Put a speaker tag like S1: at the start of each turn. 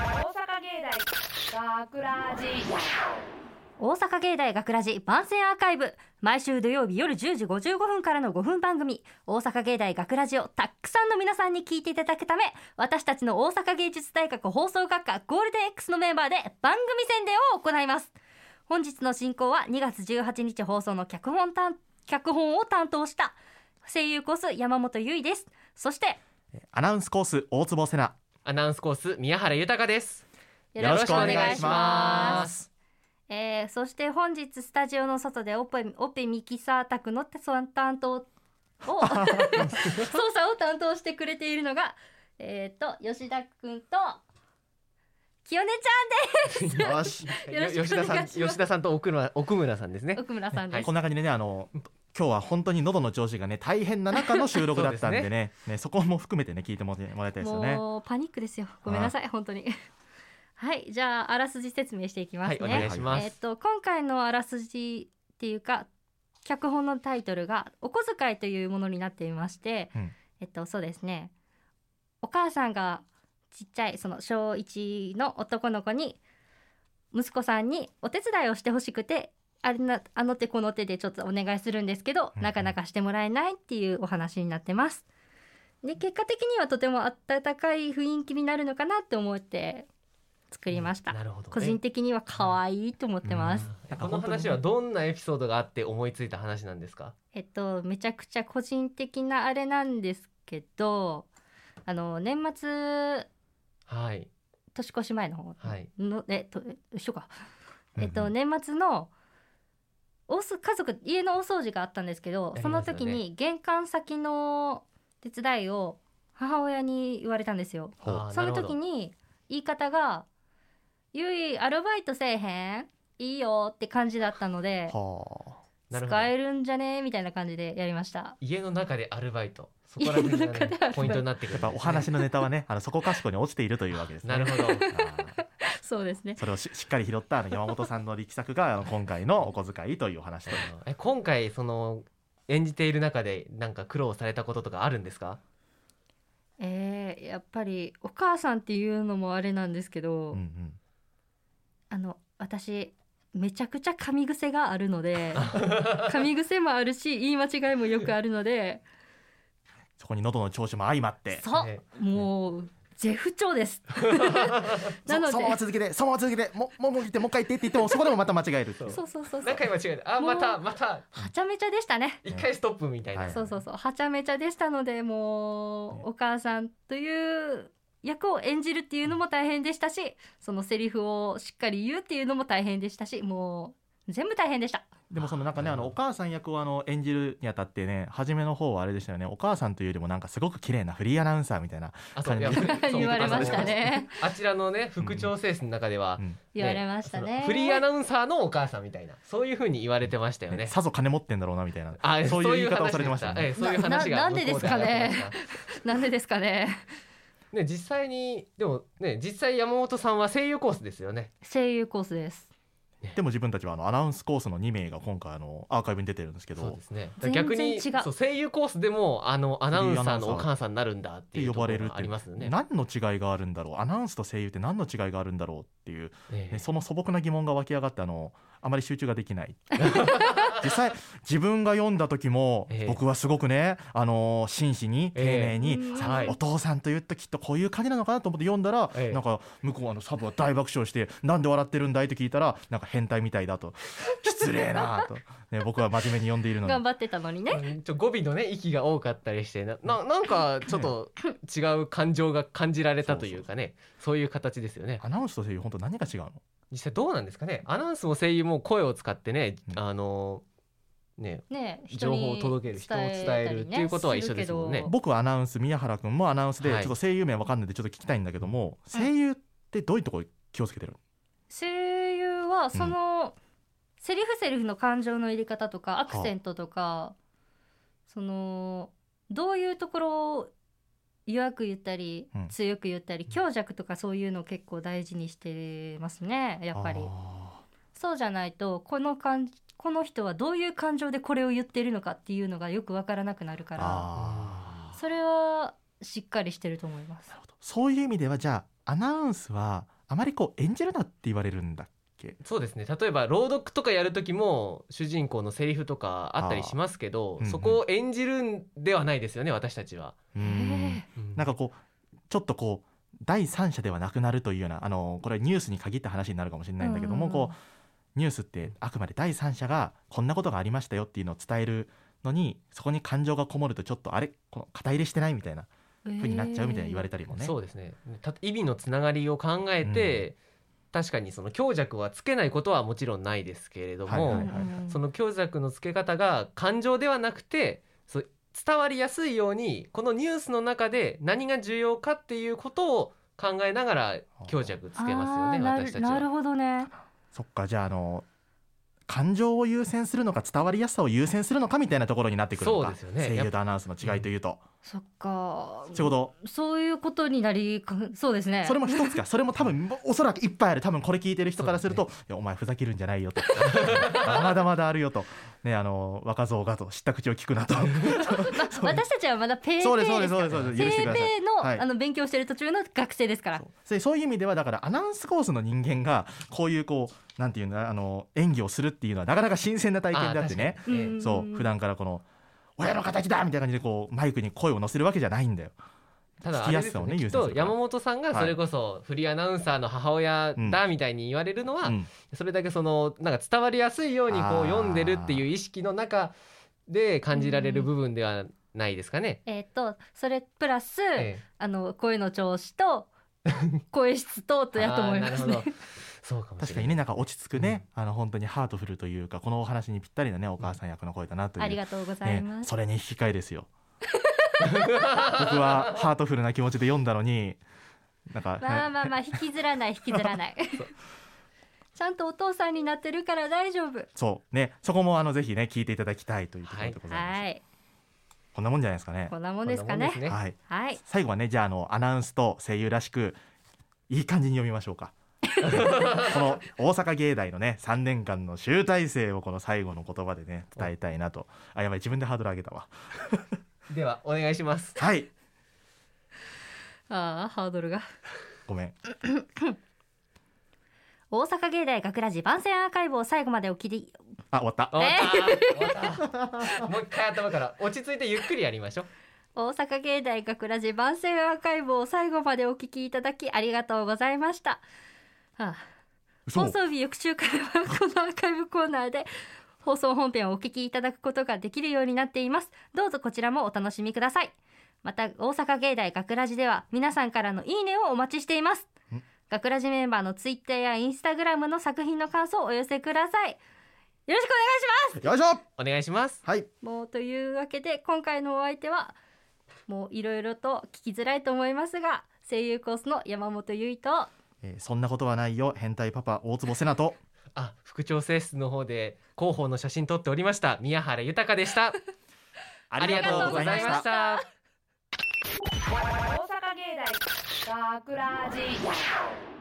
S1: 芸大学ラジ
S2: 大阪芸大学ラジ番宣アーカイブ毎週土曜日夜10時55分からの5分番組「大阪芸大学ラジをたっくさんの皆さんに聞いていただくため私たちの大阪芸術大学放送学科ゴールデン X のメンバーで番組宣伝を行います本日の進行は2月18日放送の脚本担脚本を担当した声優コース山本優衣ですそして
S3: アナウンスコース大坪瀬奈
S4: アナウンスコース宮原豊です。
S3: よろしくお願いします
S2: す。えー、そして本日スタジオの外でオペオペミキサー宅のってそん担当を操作を担当してくれているのがえっ、と吉田くんと清音
S3: よし
S2: よろしくお願いし
S4: 吉田
S2: ます
S4: さん吉田さんと奥村奥村さんですね
S2: ちゃん。奥村さんです、
S3: こんな感じでねあの今日は本当に喉の調子がね大変な中の収録だったんでね
S4: そ
S3: そねそこも含めてね聞いてもらいたいですよね
S2: もうパニックですよごめんなさい本当にはいじゃああらすじ説明していきます
S4: は
S2: ね、
S4: いお願いしま
S2: えっ
S4: す。
S2: と今回のあらすじっていうか脚本のタイトルが「お小遣い」というものになっていまして、
S3: うん
S2: えっとそうですねお母さんがちっちゃいその小1の男の子に息子さんにお手伝いをしてほしくてあれなあの手この手でちょっとお願いするんですけど、
S3: うん
S2: なかなかしてもらえないっていうお話になってます。で結果的にはとても温かい雰囲気になるのかなって思って作りました。
S4: なるほどね。
S2: 個人的には可愛いと思ってます。
S3: うん
S4: この話はどんなエピソードがあって思いついた話なんですか。
S2: えっとめちゃくちゃ個人的なあれなんですけどあの年末
S4: はい
S2: 年越し前の方
S4: はい。
S2: の、えっとえ一緒か、
S3: うん
S2: えっと年末のおす家族家のお掃除があったんですけど
S4: や
S2: そ
S4: り
S2: の
S4: ましたね
S2: 時に玄関先の手伝いを母親に言われたんですよ。
S3: ほう
S4: あー
S2: その
S4: なるほ
S2: 時
S4: ど
S2: に言い方が「ゆいアルバイトせえへんいいよ」って感じだったので
S3: はあ
S4: なるほど
S2: 使えるんじゃねみたいな感じでやりました。
S4: 家の中でアルバイトそこら辺
S2: 家
S4: が
S2: の中でアルバイ
S4: ね
S2: ト
S4: ポイントになってく
S3: や
S4: る
S3: っ
S4: んで
S3: ぱ
S4: すね。
S3: お話のネタはねあのそこかしこに落ちているというわけですね
S4: なるほど。
S3: あー
S2: そうですね。
S3: それをししっかり拾ったあの山本さんの力作があの今回のお小遣いというお話という
S4: え今回その演じている中でなんか苦労されたこととかあるんですか。
S2: えー、やっぱりお母さんっていうのもあれなんですけど、
S3: うんうん
S2: あの私めちゃくちゃ噛み癖があるので噛み癖もあるし言い間違いもよくあるので
S3: そこに喉の調子も相まって
S2: そう、
S4: ね
S2: もう絶不調ですなの
S3: そそのまま
S2: で
S3: 続けてそのまま続けてももうもう言ってもう一回言ってって言ってもそこでもまた間違えるっていう
S2: そうそうそうそう
S4: 何回間違えた。あ
S2: もう
S4: またまた
S2: はちゃめちゃでしたね
S4: 一回ストップみたいな。
S3: はい
S2: そうそうそうはちゃめちゃでしたのでもう
S3: ね
S2: お母さんという役を演じるっていうのも大変でしたしそのセリフをしっかり言うっていうのも大変でしたしもう全部大変でした
S3: でもそのなんかねあのお母さん役をあの演じるにあたってね初めの方はあれでしたよねお母さんというよりもなんかすごく綺麗なフリーアナウンサーみたいな、
S4: あそう
S3: 感
S4: い
S3: じ
S4: や そ う
S2: 言われましたね
S4: あちらの ね副調整室の中では、
S3: うん
S2: 言われましたね
S4: そのフリーアナウンサーのお母さんみたいなそういう風に言われてましたよね
S3: ねさぞ金持ってんだろうなみたいな
S4: あ
S3: そういう言い方をされてましたよ
S4: ええ
S3: ね。
S4: そういう話が
S2: なななんでですかね
S4: 向こうで上がってまし
S2: なんでですかね
S4: たね実際にでもね実際山本さんは声優コースですよね
S2: 声優コースです
S3: でも自分たちはあのアナウンスコースの2名が今回あのアーカイブに出てるんですけ
S4: そう
S3: ど
S4: ですね
S2: 全然
S4: 逆
S2: 違
S4: に
S2: う
S4: そう声優コースでもあのアナウンサーのお母さんになるんだっていう
S3: 呼ばれる
S4: と
S3: ってい
S4: ころがあり
S3: う
S4: ますよね
S3: 何の違いがあるんだろうアナウンスと声優って何の違いがあるんだろうっていう、
S4: ええ
S3: ねその素朴な疑問が湧き上がってあのあまり集中ができない実際自分が読んだ時も、
S4: ええ
S3: 僕はすごくねあの真摯に丁寧に、
S2: うん
S3: さあ
S4: はい
S3: お父さんと言うときっとこういう感じなのかなと思って読んだら、
S4: ええ
S3: なんか向こうはあのサブは大爆笑して「なんで笑ってるんだい?」と聞いたらなんか変態みたいだと失礼なと、ね、僕は真面目に読んでいるのに
S2: 頑張ってたのにね
S4: うんちょ語尾のね息が多かったりしてなななんかちょっと違う感情が感じられたというかねそういう形ですよね
S3: アナウンスと声優本当何が違うの
S4: 実際どうなんですかねアナウンスも声優も声を使ってね、
S3: うん
S4: あのね
S2: ね人
S4: 情
S2: に
S4: 報を届ける人を伝えるっていうことは一緒ですもんね
S2: 伝えたり
S3: 僕はアナウンス宮原君もアナウンスで、
S4: はい
S3: ちょっと声優名わかんないんでちょっと聞きたいんだけども声優ってどういうとこ気をつけてる
S2: するけど声優はその、セリフセリフの感情の入れ方とかアクセントとか、そのどういうところを弱く言ったり、
S3: うん
S2: 強く言ったり強弱とかそういうのを結構大事にしてますねやっぱり
S3: あ
S2: そうじゃないとこの感じこの人はどういう感情でこれを言ってるのかっていうのがよくわからなくなる
S3: ー
S2: から
S3: あー
S2: それはしっかりしてると思います
S3: そういう意味ではじゃあアナウンスはあまりこう演じるなって言われるんだっけ
S4: そうですね例えば朗読とかやる時も主人公のセリフとかあったりしますけど
S3: あ、ー
S4: そこを演じるんではないですよね私たちは。
S3: うーん
S2: え
S4: うん
S3: なんかこうちょっとこう第三者ではなくなるというようなあのこれニュースに限った話になるかもしれないんだけども、
S2: うん
S3: こうニュースってあくまで第三者がこんなことがありましたよっていうのを伝えるのにそこに感情がこもるとちょっとあれこの肩入れしてないみたいな
S2: ふう
S3: 風になっちゃうみたいな言われたりもね。
S4: そうですねた意味のつながりを考えて、確かにその強弱はつけないことはもちろんないですけれども、
S3: はいはい
S4: その強弱のつけ方が感情ではなくてそう伝わりやすいようにこのニュースの中で何が重要かっていうことを考えながら強弱つけますよね
S2: あー
S4: 私たち
S2: なるなる
S4: は。
S2: ほどね
S3: そっかじゃああの感情を優先するのか伝わりやすさを優先するのかみたいなところになってくるの
S4: そう
S3: か、
S4: ですよね
S3: 声優とアナウンスの違いというと、
S2: そっか
S3: そういうこと
S2: そういうことになりかそうですね
S3: それも一つかそれも多分おそらくいっぱいある多分これ聞いてる人からすると「いやお前ふざけるんじゃないよ」と 「まだまだあるよ」と「ねあの若造が」と「知った口を聞くな」と
S2: 私たちはまだペーペ
S3: そうですそ
S2: ー
S3: うで
S2: ですす
S3: そう
S2: か
S3: ですそうで
S2: ペ
S3: す許して
S2: ー
S3: くだ
S2: ペ
S3: さい。
S2: ーの,、
S3: はい
S2: あの勉強してる途中の学生ですから
S3: そうそういう意味ではだからアナウンスコースの人間がこういうこうなんていうんだあの演技をするっていうのはなかなか新鮮な体験であってね
S4: あー確かに
S2: うん
S3: そう普段からこの「親の形だ!」みたいな感じでこうマイクに声を乗せるわけじゃないんだよ。
S4: ただ
S3: 聞きやすさをね
S4: あれです
S3: 優先するか
S4: よきっと
S3: ら
S4: 山本さんがそれこそフリーアナウンサーの母親だみたいに言われるのは、
S3: うん
S4: それだけそのなんか伝わりやすいようにこ
S3: あ
S4: う
S3: ー
S4: 読んでるっていう意識の中で感じられる部分ではないですかね。
S2: えっ、とそれプラス、
S4: え
S2: あの声の調子 と声質とと
S4: え
S2: やと思います
S4: あーなる
S2: ね
S4: ほどそうかも
S3: 確
S4: しれ
S3: か
S4: ない。
S3: にねなんか落ち着くね、あの本当にハートフルというかこのお話にぴったりなねお母さん役の声だなという
S2: ありがとうござい
S3: ね
S2: ま、す、
S3: それに引き換えですよ 僕はハートフルな気持ちで読んだのになんか、
S2: まあ
S3: ね
S2: まあまあ引きずらない引きず らないちゃんとお父さんになってるから大丈夫
S3: そうねそこもあのぜひね聞いていただきたいというところでございます、
S2: はい
S3: こんなもんじゃないですかね
S2: こんなもんですかね
S4: こんなもんですね
S3: はい
S2: はい
S3: 最後はねじゃああのアナウンスと声優らしくいい感じに読みましょうか この大阪芸大のね3年間の集大成をこの最後の言葉でね伝えたいなとあやばい自分でハードル上げたわ
S4: ではお願いします。
S3: はい
S2: ああハードルが
S3: ごめん
S2: 大阪芸大学ラジ番宣アーカイブを最後までお聞き
S3: あ終わった
S4: 終わった終わったもう一回頭から落ち着いてゆっくりやりましょう。
S2: 大阪芸大学ラジ番宣アーカイブを最後までお聞きいただきありがとうございました、はあ、
S3: 嘘
S2: 放送日翌週からはこのアーカイブコーナーで放送本編をお聞きいただくことができるようになっていますどうぞこちらもお楽しみくださいまた大阪芸大学ラジでは皆さんからのいいねをお待ちしています
S3: ん
S2: 学ラジメンバーのツイッターやインスタグラムの作品の感想をお寄せくださいよろしくお願いします
S3: よいしょ
S4: お願いします。
S3: はい
S2: もうというわけで今回のお相手はもういろいろと聞きづらいと思いますが声優コースの山本優衣と
S3: えーそんなことはないよ変態パパ大坪瀬名と
S4: あ、副調整室の方で広報の写真撮っておりました宮原豊でした。
S3: あ
S4: ありがとうございました。
S1: 大阪芸大学ラジ